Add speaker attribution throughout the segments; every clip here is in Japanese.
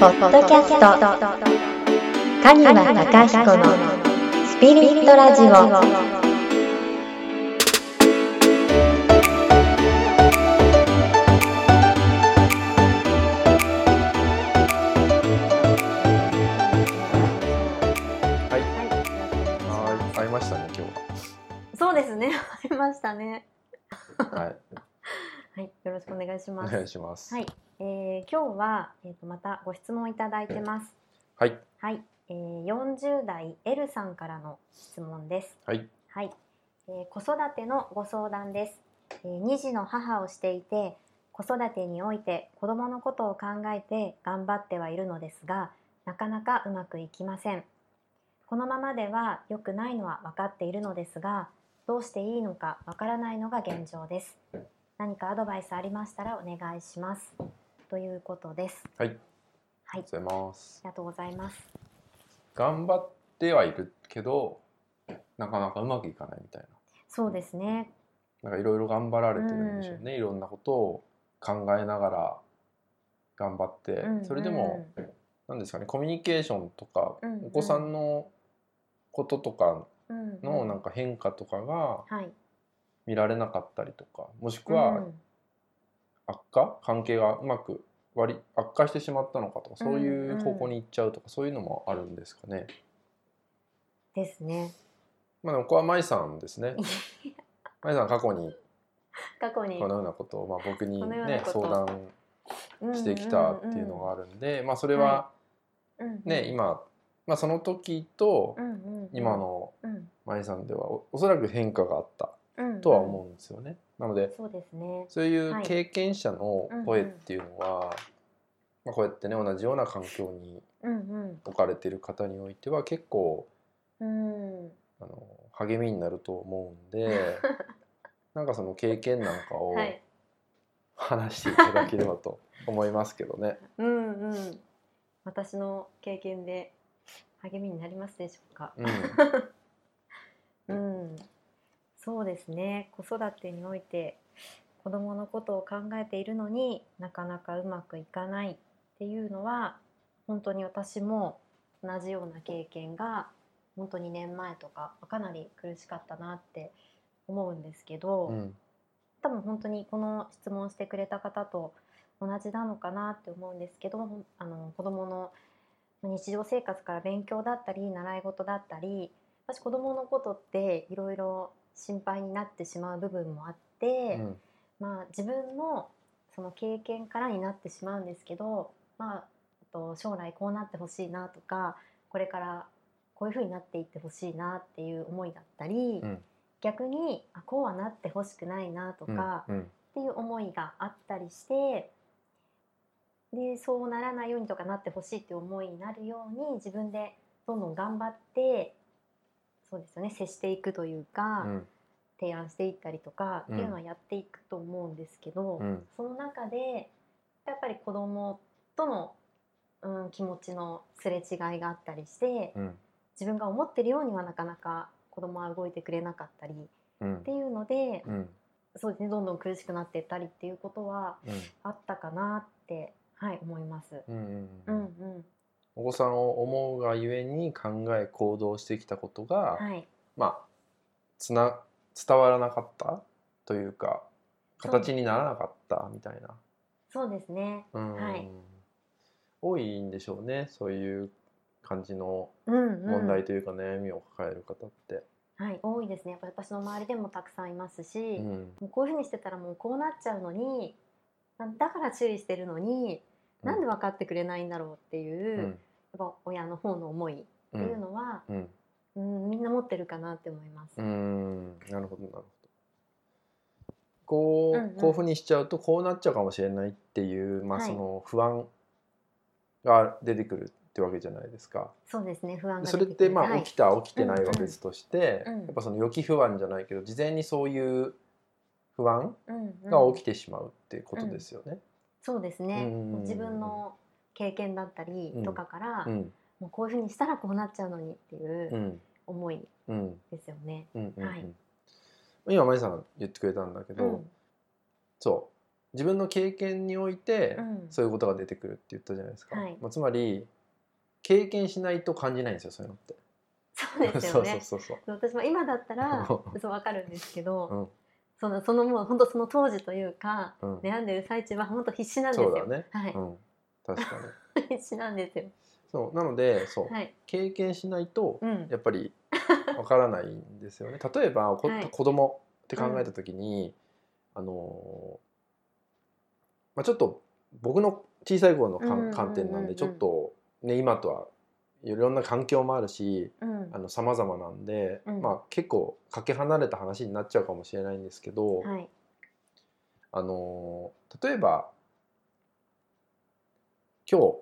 Speaker 1: ポッドキャストカニワ中彦のスピリットラジオ
Speaker 2: はい、会いましたね、今日
Speaker 3: そうですね。わかりましたね。
Speaker 2: は。はい、
Speaker 3: はい、よろしくお願いし
Speaker 2: お
Speaker 3: ます。
Speaker 2: 願いします。
Speaker 3: はい、えー今日は、えっ、と、またご質問いただいてます。
Speaker 2: はい、
Speaker 3: はい、えー、40代 L さんからの質問です。
Speaker 2: はい、
Speaker 3: はい、えー子育てのご相談です、えー二児の母をしていて子育てにおいて子供のことを考えて頑張ってはいるのですがなかなかうまくいきませんこのままでは良くないのは分かっているのですがどうしていいのかわからないのが現状です何かアドバイスありましたらお願いしますということです
Speaker 2: はい、ありがと
Speaker 3: はい、あり。
Speaker 2: うございます
Speaker 3: がとうございます
Speaker 2: 頑張ってはいるけど、なかなかうまくいかないみたい
Speaker 3: そうですね
Speaker 2: な。なんかいろいろ頑張られてるんでしょうね。いろんなことを考えながら頑張って、
Speaker 3: うん
Speaker 2: それでも、なんですかね、コミュニケーションとか、
Speaker 3: うんうん
Speaker 2: お子さんのこととか
Speaker 3: うんうん
Speaker 2: のなんか変化とかが
Speaker 3: はい
Speaker 2: 見られなかったりとか、もしく
Speaker 3: う
Speaker 2: は
Speaker 3: ん
Speaker 2: 悪化関係がうまく割り悪化してしまったのかとかそういう方向に行っちゃうとか、そういうのもあるんですかね。
Speaker 3: ですね
Speaker 2: まあ、でもここは舞さんで すね。舞さん過去に
Speaker 3: 過去に
Speaker 2: このようなことを、まあ、僕に、
Speaker 3: このような
Speaker 2: ね、
Speaker 3: こと
Speaker 2: 相談してきたっていうのがあるんで、まあ、それは
Speaker 3: はうん
Speaker 2: ね、今、まあ、その時と
Speaker 3: うんうんうん
Speaker 2: 今の
Speaker 3: うん
Speaker 2: 舞さんではおおそらく変化があった
Speaker 3: うんうん
Speaker 2: とは思うんですよね。なので
Speaker 3: そうですね
Speaker 2: そういう
Speaker 3: はい
Speaker 2: 経験者の声っていうのは、まあ、こうやってね同じような環境に
Speaker 3: うん
Speaker 2: 置かれている方においては結構
Speaker 3: うんうん
Speaker 2: あの励みになると思う んでなんかその経験なんかを
Speaker 3: はい
Speaker 2: 話していただければと思いますけ どね。
Speaker 3: うんうん私の経験で励みになりますでしょうか
Speaker 2: うん、
Speaker 3: うんそうですね子育てにおいて子供のことを考えているのになかなかうまくいかないっていうのは本当に私も同じような経験が本当2年前とかかなり苦しかったなって思うんですけど、
Speaker 2: うん
Speaker 3: 多分本当にこの質問してくれた方と同じなのかなって思うんですけどほんあの子どもの日常生活から勉強だったり習い事だったり私子どものことっていろいろ心配になってしまう部分もあって、
Speaker 2: うん
Speaker 3: まあ、自分のその経験からになってしまうんですけど、まあ、あと将来こうなってほしいなとかこれからこういうふうになっていってほしいなっていう思いだったり、
Speaker 2: うん
Speaker 3: 逆にあこうはなってほしくないなとか
Speaker 2: うんうん
Speaker 3: っていう思いがあったりしてでそうならないようにとかなってほしいっていう思いになるように自分でどんどん頑張ってそうですよね接していくというか。
Speaker 2: うん
Speaker 3: 提案していったりとか
Speaker 2: う
Speaker 3: っ
Speaker 2: ん
Speaker 3: ていうのはやっていくと思うんですけど、
Speaker 2: うん
Speaker 3: その中でやっぱり子供との、うん、気持ちのすれ違いがあったりして
Speaker 2: うん
Speaker 3: 自分が思ってるようにはなかなか子供は動いてくれなかったりっ
Speaker 2: うん
Speaker 3: ていうので、
Speaker 2: うん
Speaker 3: そうですねどんどん苦しくなってったりっていうことは
Speaker 2: うん
Speaker 3: あったかなって、はい、思います。
Speaker 2: うん
Speaker 3: うんうん、
Speaker 2: お子さんを思うがゆえに考え行動してきたことが、
Speaker 3: はい、
Speaker 2: まあつな伝わらなかったというか
Speaker 3: そう
Speaker 2: 形にならなかったみたいな
Speaker 3: そうですね。
Speaker 2: うん、
Speaker 3: はい
Speaker 2: 多いんでしょうねそういう感じの
Speaker 3: うん、うん、
Speaker 2: 問題というか悩みを抱える方って。
Speaker 3: はい、多いですね。やっぱり私の周りでもたくさんいますし、
Speaker 2: うん
Speaker 3: もうこういうふうにしてたらもうこうなっちゃうのになんだから注意してるのに
Speaker 2: うん
Speaker 3: なんで分かってくれないんだろうっていう、
Speaker 2: う
Speaker 3: やっ
Speaker 2: ん
Speaker 3: ぱ親の方の思いっていうのは、
Speaker 2: うん
Speaker 3: うんみんな持ってるかなって思います。
Speaker 2: うんなるほどなるほど。こう,、
Speaker 3: うんうん
Speaker 2: こういうふうにしちゃうとこうなっちゃうかもしれないっていう、まあ、
Speaker 3: はい
Speaker 2: その不安が出てくるってわけじゃないですか。
Speaker 3: そうですね不安
Speaker 2: で
Speaker 3: が
Speaker 2: それってま
Speaker 3: は
Speaker 2: あ
Speaker 3: い
Speaker 2: 起きた起きてないは別として、
Speaker 3: うんうん
Speaker 2: やっぱその予期不安じゃないけど事前にそういう不安
Speaker 3: うんうん
Speaker 2: が起きてしまうっていうことですよね。
Speaker 3: そうですね、
Speaker 2: うん
Speaker 3: もう自分の経験だったりとかから、
Speaker 2: うん
Speaker 3: もうこういうふうにしたらこうなっちゃうのにっていううん思い
Speaker 2: うん
Speaker 3: ですよね。
Speaker 2: うんうんうん
Speaker 3: はい
Speaker 2: 今まりさん言ってくれたんだけど、
Speaker 3: うん
Speaker 2: そ自分の経験において
Speaker 3: うん
Speaker 2: そういうことが出てくるって言ったじゃないですか、
Speaker 3: はい
Speaker 2: まあ、つまり経験しないと感じないんですよそういうのって。
Speaker 3: そうです
Speaker 2: そ
Speaker 3: よ
Speaker 2: う そう
Speaker 3: ね。
Speaker 2: そうそう
Speaker 3: 私も今だったらそうわかるんですけど、
Speaker 2: うん
Speaker 3: そのそのもう本当その当時というか
Speaker 2: うん
Speaker 3: 悩んでる最中は本当必死なんです
Speaker 2: そ
Speaker 3: よ。
Speaker 2: うだね、
Speaker 3: はい、
Speaker 2: うん、確かに
Speaker 3: 必死なんですよ。
Speaker 2: そうなのでそう、
Speaker 3: はい、
Speaker 2: 経験しないと
Speaker 3: うん、
Speaker 2: やっぱりわからないんで すよね例えばこ、
Speaker 3: はい
Speaker 2: 子供って考えた時に、あのーまあ、ちょっと僕の小さい頃のかん
Speaker 3: うんうんうんうん
Speaker 2: 観点なんでちょっと、ね、今とはいろんな環境もあるし
Speaker 3: うん、
Speaker 2: あの様々なんで、
Speaker 3: うん
Speaker 2: まあ、結構かけ離れた話になっちゃうかもしれないんですけど、
Speaker 3: はい、
Speaker 2: あのー例えば今日、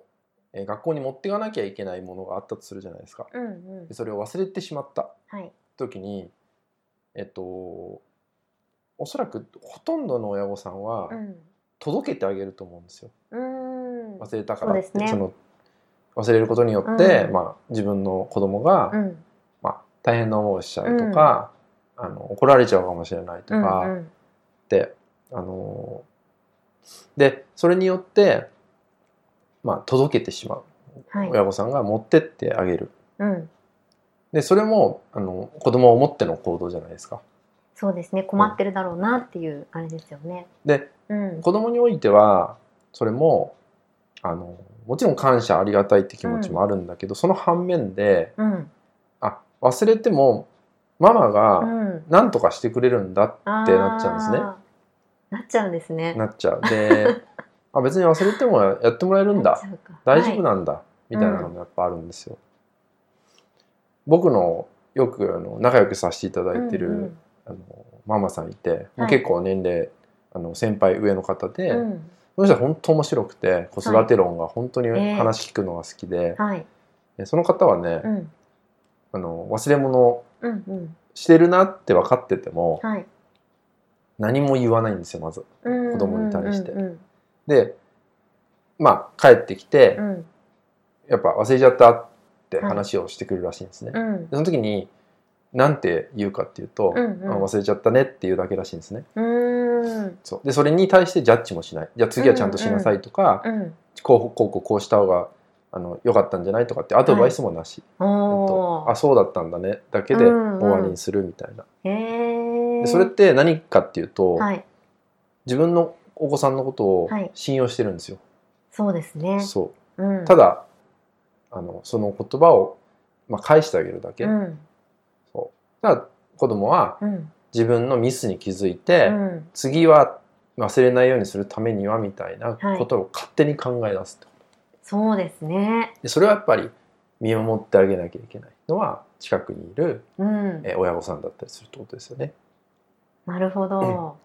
Speaker 2: えー学校に持っていかなきゃいけないものがあったとするじゃないですか。
Speaker 3: うんうん
Speaker 2: で、それを忘れてしまった
Speaker 3: はい、
Speaker 2: 時にえっとおそらくほとんどの親御さんは
Speaker 3: うん、
Speaker 2: 届けてあげると思うんですよ
Speaker 3: うーん、
Speaker 2: 忘れたからって
Speaker 3: そうですね
Speaker 2: の忘れることによって、
Speaker 3: うん
Speaker 2: まあ、自分の子供が、
Speaker 3: うん、
Speaker 2: まあ、大変な思いをしちゃうとか、あの怒られちゃうかもしれないとか
Speaker 3: うんうん、
Speaker 2: って、あのでそれによって、まあ、届けてしまう
Speaker 3: はい、
Speaker 2: 親御さんが持ってってあげる
Speaker 3: うん、
Speaker 2: でそれもあの子供を思っての行動じゃないですか。
Speaker 3: そうですね。困ってるだろうなっていうあれですよね。
Speaker 2: で
Speaker 3: うん、
Speaker 2: 子供においてはそれもあのもちろん感謝ありがたいって気持ちもあるんだけど、その反面で
Speaker 3: うん、
Speaker 2: あ忘れてもママ
Speaker 3: う
Speaker 2: が
Speaker 3: ん、
Speaker 2: 何とかしてくれるんだ、ってなっちゃうんですね
Speaker 3: あー。なっちゃうんですね。
Speaker 2: なっちゃう であ別に忘れてもやってもらえるん
Speaker 3: なっ
Speaker 2: だ
Speaker 3: ちゃうか
Speaker 2: 大丈夫
Speaker 3: は
Speaker 2: なんだ、みたいなのもやっぱあるんですよ。僕のよくあの仲良くさせていただ
Speaker 3: い
Speaker 2: いてる、
Speaker 3: うん
Speaker 2: あのママさんいて、もう
Speaker 3: はい
Speaker 2: 結構年齢あの先輩上の方で、
Speaker 3: うんうん
Speaker 2: その人は本当面白くて子育て論が本当に
Speaker 3: はい
Speaker 2: 話聞くのが好きで、
Speaker 3: はい、
Speaker 2: でその方はね、
Speaker 3: うん、
Speaker 2: あの忘れ物
Speaker 3: うん、うん、
Speaker 2: してるなって分かってても
Speaker 3: はい、
Speaker 2: 何も言わないんですよまず。
Speaker 3: 子
Speaker 2: 供に対して
Speaker 3: うん、うん
Speaker 2: でまあ帰ってきて、
Speaker 3: うん、
Speaker 2: やっぱ忘れちゃったって話をしてくるらしいんですね。
Speaker 3: う
Speaker 2: で
Speaker 3: ん、
Speaker 2: その時になんて言うかっていうと、
Speaker 3: うん
Speaker 2: あ
Speaker 3: うん
Speaker 2: 忘れちゃったねっていうだけらしいんですね。
Speaker 3: うん、
Speaker 2: そうでそれに対してジャッジもしない。じゃあ次はちゃんとしなさいとか、
Speaker 3: うん、
Speaker 2: こうこうこうこうした方があの良かったんじゃないとかってアドバイスもなし。えっ
Speaker 3: お
Speaker 2: と
Speaker 3: ー
Speaker 2: あそうだったんだねだけで
Speaker 3: う
Speaker 2: 終
Speaker 3: んうん
Speaker 2: わりにするみたいな、
Speaker 3: へえ
Speaker 2: でそれって何かっていうと、
Speaker 3: はい、
Speaker 2: 自分のお子さんのことを
Speaker 3: はい
Speaker 2: 信用してるんですよ、
Speaker 3: そうですね。
Speaker 2: そ
Speaker 3: うん
Speaker 2: うただあのその言葉を、まあ、返してあげるだけ、
Speaker 3: うん、
Speaker 2: そうただ子供は
Speaker 3: うん、
Speaker 2: 自分のミスに気づいて、
Speaker 3: うん、
Speaker 2: 次は忘れないようにするためにはみたいな
Speaker 3: はい
Speaker 2: ことを勝手に考え出すと、
Speaker 3: そうですね。
Speaker 2: でそれはやっぱり見守ってあげなきゃいけないのは近くにいる
Speaker 3: うん、
Speaker 2: え親御さんだったりするってことですよね。
Speaker 3: なるほど。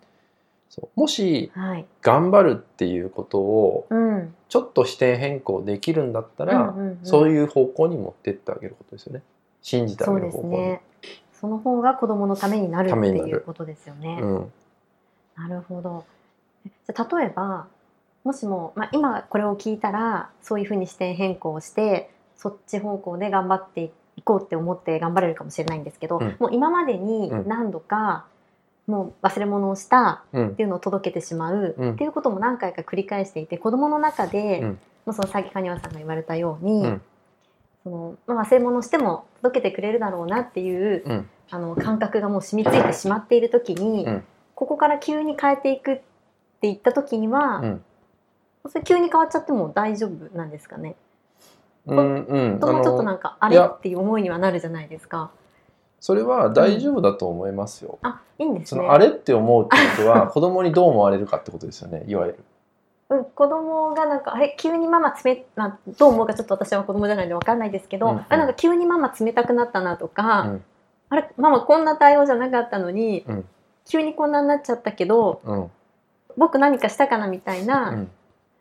Speaker 2: そうもし
Speaker 3: はい、
Speaker 2: 頑張るっていうことを
Speaker 3: うん、
Speaker 2: ちょっと視点変更できるんだったら、
Speaker 3: うんうんうん
Speaker 2: そういう方向に持ってってあげることですよね信じてあ
Speaker 3: そ
Speaker 2: げ
Speaker 3: う
Speaker 2: る
Speaker 3: で
Speaker 2: 方
Speaker 3: す
Speaker 2: 向に
Speaker 3: ね。その方が子供のためになるって
Speaker 2: ためにないる
Speaker 3: うことですよね。
Speaker 2: うん
Speaker 3: なるほど。えじゃあ例えばもしも、まあ、今これを聞いたらそういうふうに視点変更をしてそっち方向で頑張っていこうって思って頑張れるかもしれないんですけど、
Speaker 2: うん
Speaker 3: もう今までに
Speaker 2: うん
Speaker 3: 何度か、もう忘れ物をした
Speaker 2: うん
Speaker 3: っていうのを届けてしまう、
Speaker 2: うん
Speaker 3: っていうことも何回か繰り返していて子どもの中で、
Speaker 2: うん
Speaker 3: もうそのさっきカニワさんが言われたように、
Speaker 2: うん
Speaker 3: そのまあ、忘れ物しても届けてくれるだろうなっていう、
Speaker 2: うん
Speaker 3: あの感覚がもう染みついてしまっている時に、
Speaker 2: うん
Speaker 3: ここから急に変えていくって言った時には、
Speaker 2: うん
Speaker 3: それ急に変わっちゃっても大丈夫なんですかね。
Speaker 2: うんうん
Speaker 3: ともちょっと
Speaker 2: あ
Speaker 3: な
Speaker 2: の
Speaker 3: んかあ
Speaker 2: い
Speaker 3: れ
Speaker 2: や
Speaker 3: っていう思いにはなるじゃないですか。
Speaker 2: それは大丈夫だと思いますよ。
Speaker 3: あいいんです
Speaker 2: そ
Speaker 3: ね。
Speaker 2: のあれって思うってことは子供にどう思われるかってことですよねいわゆる。
Speaker 3: うん、子供がなんかあれ急にママ冷などう思うかちょっと私は子供じゃないんでわかんないですけど、
Speaker 2: うんうん
Speaker 3: あなんか急にママ冷たくなったなとか、
Speaker 2: うん
Speaker 3: あれママこんな対応じゃなかったのに、
Speaker 2: うん
Speaker 3: 急にこんなになっちゃったけど
Speaker 2: うん
Speaker 3: 僕何かしたかなみたいうな、
Speaker 2: ん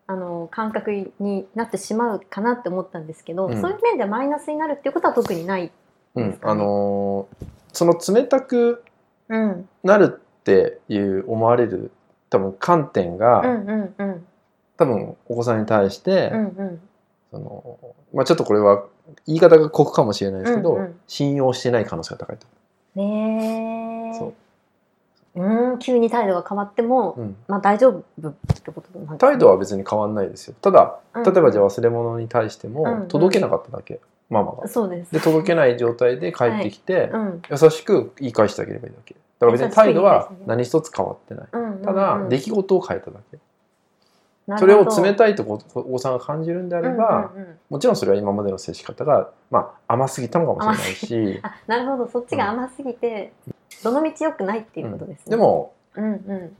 Speaker 3: あの感覚になってしまうかなって思ったんですけど、
Speaker 2: うん
Speaker 3: そういう面でマイナスになるっていうことは特にない。
Speaker 2: うん、あのーその冷たく
Speaker 3: うん、うん
Speaker 2: なるっていう思われる多分観点が、
Speaker 3: うんうん
Speaker 2: 多分お子さんに対して、
Speaker 3: うんうん
Speaker 2: そのまあ、ちょっとこれは言い方が酷かもしれないですけど、
Speaker 3: うんうん
Speaker 2: 信用してない可能性が高いと
Speaker 3: ねえ
Speaker 2: そう
Speaker 3: うん急に態度が変わっても、
Speaker 2: うん、
Speaker 3: まあ大丈夫ってことなんですね
Speaker 2: 態度は別に変わんないですよただ
Speaker 3: うん
Speaker 2: 例えばじゃあ忘れ物に対して
Speaker 3: うんう
Speaker 2: も
Speaker 3: ん
Speaker 2: 届けなかっただけ、ママが
Speaker 3: そうです
Speaker 2: で届けない状態で帰ってきて、
Speaker 3: うん
Speaker 2: 優しく言い返してあげればいいだけだから別に態度は何一つ変わってない
Speaker 3: うん
Speaker 2: ただ、
Speaker 3: うん
Speaker 2: 出来事を変えただけ
Speaker 3: なるほど
Speaker 2: それを冷たいとこお子さんが感じるんであれば、
Speaker 3: うんうんうん
Speaker 2: もちろんそれは今までの接し方が、まあ、甘すぎたのかもしれないし、
Speaker 3: あなるほどそっちが甘すぎて、どの道良くないっていうことですね、
Speaker 2: でも
Speaker 3: うんうん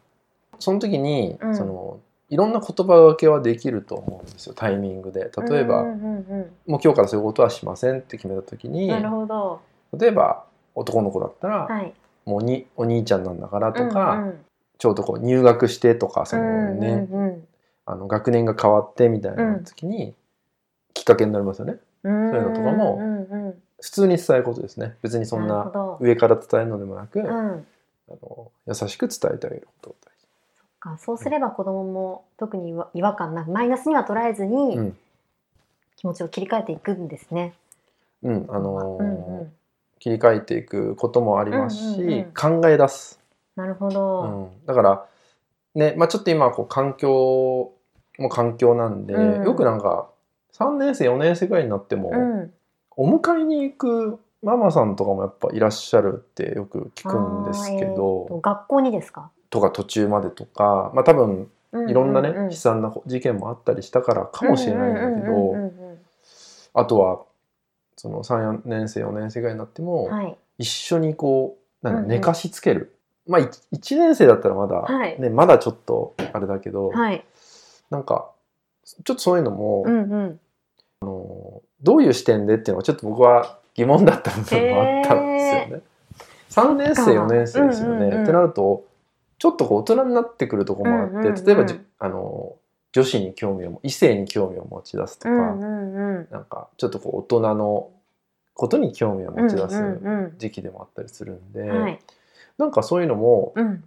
Speaker 2: その時に、
Speaker 3: うん
Speaker 2: そのいろんな言葉がけはできると思うんですよタイミングで例えば、
Speaker 3: うんうんうん
Speaker 2: もう今日からそういうことはしませんって決めた時
Speaker 3: うん
Speaker 2: に
Speaker 3: なるほど
Speaker 2: 例えば男の子だったら、
Speaker 3: はい
Speaker 2: もうにお兄ちゃんなんだからとか、
Speaker 3: うんうん
Speaker 2: ちょうどこう入学してとかその、ね
Speaker 3: うんうん
Speaker 2: あの学年が変わってみたいな時に、きっかけになりますよね
Speaker 3: うん、
Speaker 2: そういうのとかも
Speaker 3: うんうんうん
Speaker 2: 普通に伝えることですね別にそ
Speaker 3: な
Speaker 2: ん
Speaker 3: る
Speaker 2: な
Speaker 3: ほど
Speaker 2: 上から伝えるのでもなく、
Speaker 3: う
Speaker 2: あ
Speaker 3: ん
Speaker 2: の優しく伝えてあげることが大事
Speaker 3: かそうすれば子供も特に違和違和感なくマイナスには捉えずに、
Speaker 2: うん
Speaker 3: 気持ちを切り替えていくんですね。
Speaker 2: うん、あの
Speaker 3: う
Speaker 2: ー
Speaker 3: んうん、
Speaker 2: 切り替えていくこともありますし、
Speaker 3: うんうん
Speaker 2: 考え出す、
Speaker 3: なるほ
Speaker 2: う
Speaker 3: ど。
Speaker 2: んだからね、まあ、ちょっと今こう環境も環境なんで、
Speaker 3: うん
Speaker 2: よくなんか3年生4年生ぐらいになっても、
Speaker 3: うん
Speaker 2: お迎えに行くママさんとかもやっぱいらっしゃるってよく聞くんです
Speaker 3: あ
Speaker 2: け
Speaker 3: ーえーと
Speaker 2: ど、
Speaker 3: 学校にですか、
Speaker 2: とか途中までとか、まあ、多分
Speaker 3: う
Speaker 2: いろんなね、
Speaker 3: ううう
Speaker 2: 悲惨な事件もあったりしたからかもしれないんだけ
Speaker 3: う
Speaker 2: ど、
Speaker 3: んうんうんうん
Speaker 2: あとはその34年生4年生ぐらいになっても、
Speaker 3: はい、
Speaker 2: 一緒にこうなん
Speaker 3: う
Speaker 2: か
Speaker 3: んうん
Speaker 2: 寝かしつける、まあ1年生だったらまだ、
Speaker 3: はい
Speaker 2: ね、まだちょっとあれだけど、
Speaker 3: はい、
Speaker 2: なんかちょっとそういうのも、
Speaker 3: うんうん。
Speaker 2: どういう視点でっていうのはちょっと僕は疑問だった部分もあったんですよね。3年生4年生ですよね、
Speaker 3: うんうんうん
Speaker 2: ってなるとちょっとこう大人になってくるとこもあって、
Speaker 3: うんうんうん
Speaker 2: 例えばじあの女子に興味を異性に興味を持ち出すと
Speaker 3: う
Speaker 2: か、
Speaker 3: んうんうん。
Speaker 2: なんかちょっとこう大人のことに興味を持ち出
Speaker 3: うん
Speaker 2: す
Speaker 3: うん
Speaker 2: 時期でもあったりするんで、
Speaker 3: うんはい、
Speaker 2: なんかそういうのも
Speaker 3: うん、っ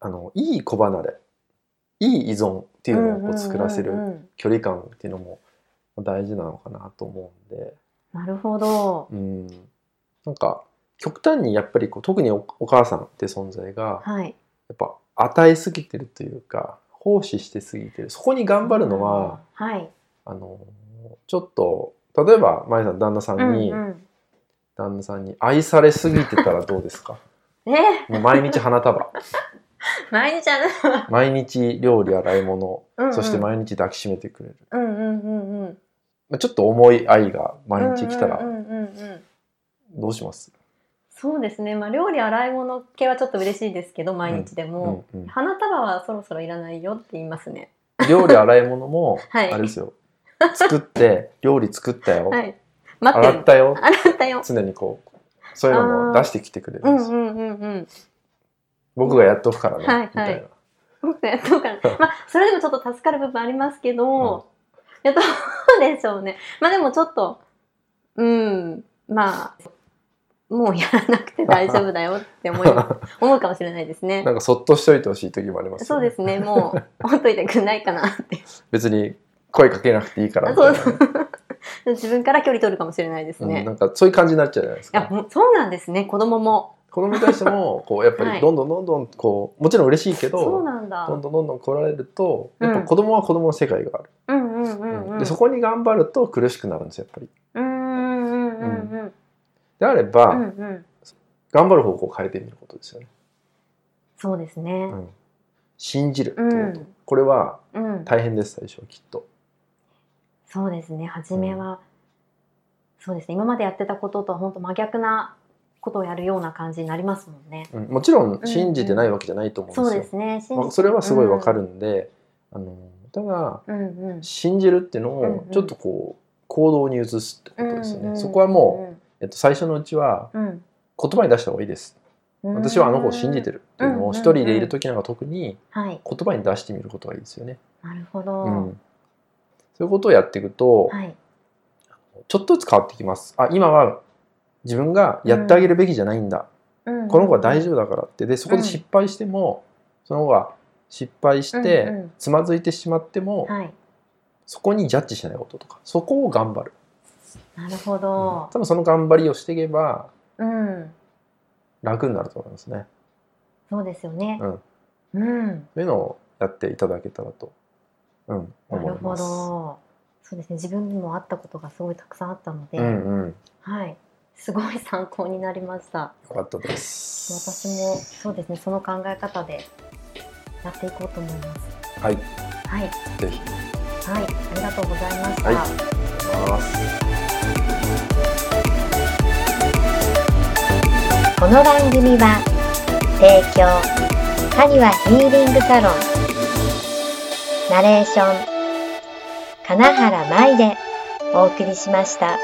Speaker 2: あのいい子離れいい依存っ
Speaker 3: て
Speaker 2: ていうのをこう作らせる距離感っていうのも大事なのかなと思うんで、
Speaker 3: なるほど。
Speaker 2: うん、なんか極端にやっぱりこう特におお母さんって存在が
Speaker 3: はい。
Speaker 2: やっぱ与えすぎてるというか奉仕してすぎてるそこに頑張るのは、
Speaker 3: はい。
Speaker 2: あのちょっと例えばまゆさん旦那さ
Speaker 3: うん
Speaker 2: に、
Speaker 3: ん
Speaker 2: 旦那さんに愛されすぎてたらどうで すか
Speaker 3: うん、え、
Speaker 2: もう毎日花束
Speaker 3: 毎日ある。
Speaker 2: 毎日料理洗い物
Speaker 3: うんうん
Speaker 2: そして毎日抱きしめてくれる、
Speaker 3: うんうんうんうん。
Speaker 2: まあちょっと重い愛が毎日来た
Speaker 3: う
Speaker 2: ら
Speaker 3: んうんうんうんうん。
Speaker 2: どうします、
Speaker 3: そうですね。まあ料理洗い物系はちょっと嬉しいですけど、毎日で
Speaker 2: う
Speaker 3: も、
Speaker 2: んうん、
Speaker 3: 花束はそろそろいらないよって言いますね。
Speaker 2: 料理洗い物も
Speaker 3: はい
Speaker 2: あれですよ作って料理作ったよ、
Speaker 3: はい。待って
Speaker 2: 洗
Speaker 3: る
Speaker 2: っ。たよ
Speaker 3: 洗ったよ。
Speaker 2: 常にこうそういうのも出してきてくれる
Speaker 3: うんん
Speaker 2: ですよ、
Speaker 3: うんうんうん。
Speaker 2: 僕がやっとくからね、
Speaker 3: はいはい
Speaker 2: みたいな
Speaker 3: 僕やっとくから。 まあそれでもちょっと助かる部分ありますけど。いやどうでしょうね。まあでもちょっと、うん、まあ、もうやらなくて大丈夫だよって 思い思うかもしれないです
Speaker 2: うん
Speaker 3: ね
Speaker 2: な。んかそっとしといてほしい時もあります
Speaker 3: そ
Speaker 2: よ
Speaker 3: うですね、もう、ほっといてくんないかな って。
Speaker 2: 別に声かけなくていいからみた
Speaker 3: そ
Speaker 2: いうなね
Speaker 3: そう。自分から距離取るかもしれないです
Speaker 2: うん、
Speaker 3: ね
Speaker 2: な。んかそういう感じになっちゃうじゃないです
Speaker 3: い
Speaker 2: か
Speaker 3: や、もうそうなんですね、子供も。
Speaker 2: 子供に対してもこうやっぱ
Speaker 3: はい
Speaker 2: りどんどんどんどんこうもちろん嬉しいけ
Speaker 3: そう
Speaker 2: ど
Speaker 3: なんだ
Speaker 2: ど。んどんどんどん来られると
Speaker 3: うん
Speaker 2: やっぱ子供は子供の世界がある、
Speaker 3: うんうんうんうん。
Speaker 2: でそこに頑張ると苦しくなるんですよやっぱり。
Speaker 3: うんうんうんうん
Speaker 2: であれば、
Speaker 3: うんうん。
Speaker 2: 頑張る方向を変えてみることですよね。
Speaker 3: そうですね
Speaker 2: う。ん、信じるって
Speaker 3: う
Speaker 2: こと、
Speaker 3: ん。
Speaker 2: これは
Speaker 3: うん。
Speaker 2: 大変です最初はきっと。
Speaker 3: そうですね初めは、そうですね今までやってたこととは本当真逆なことをやるような感じになりますもんね。
Speaker 2: うん、もちろん信じてないわけじゃないと思うんです
Speaker 3: そ
Speaker 2: よ。
Speaker 3: うですね信
Speaker 2: ま
Speaker 3: じ
Speaker 2: あ、
Speaker 3: て
Speaker 2: それはすごいわかるんで、あのただ
Speaker 3: うんうん
Speaker 2: 信じるっていうの
Speaker 3: うんう
Speaker 2: を
Speaker 3: ん
Speaker 2: ちょっとこう行動に移すってことですよね。そこはも
Speaker 3: も
Speaker 2: う、えっと、最初のうちは
Speaker 3: うんうん
Speaker 2: 言葉に出した方がいいです。
Speaker 3: うん、
Speaker 2: 私はあの子を信じて
Speaker 3: る。
Speaker 2: るっていうの
Speaker 3: うん
Speaker 2: を一人でいる時なんか特に
Speaker 3: はい
Speaker 2: 言葉に出してみることがいいですよね。
Speaker 3: なるほど、
Speaker 2: うん、そういうことをやっていくと
Speaker 3: はい
Speaker 2: ちょっとずつ変わってきます。あ今は自分がやってあげるべきじゃないんだ、
Speaker 3: うん、
Speaker 2: この子は大
Speaker 3: 夫
Speaker 2: 丈夫だからってでそこで失敗しても、その子が失敗して、
Speaker 3: うんうん
Speaker 2: つまずいてしまっても、
Speaker 3: はい
Speaker 2: そこにジャッジしないこととかそこを頑張る、
Speaker 3: なるほ
Speaker 2: 多
Speaker 3: ど、
Speaker 2: 分その頑張りをしていけば
Speaker 3: うん
Speaker 2: 楽になると思いますね。
Speaker 3: そうですよね。
Speaker 2: うん
Speaker 3: うん
Speaker 2: そういうのをやっていただけたらと、うん、
Speaker 3: な
Speaker 2: 思
Speaker 3: る
Speaker 2: い
Speaker 3: ほ
Speaker 2: ます。
Speaker 3: ど。そうですね。自分にもあったことがすごいたくさんあったので、
Speaker 2: うんうん、よ
Speaker 3: はい。すごい参考になりました。
Speaker 2: かったです。
Speaker 3: 私もそうですね。その考え方でやっていこうと思います。
Speaker 2: はい、
Speaker 3: はい。
Speaker 2: ぜひ。
Speaker 3: はい。ありがとうございました。
Speaker 2: はいます。
Speaker 1: この番組は提供カニワヒーリングサロンナレーション金原舞でお送りしました。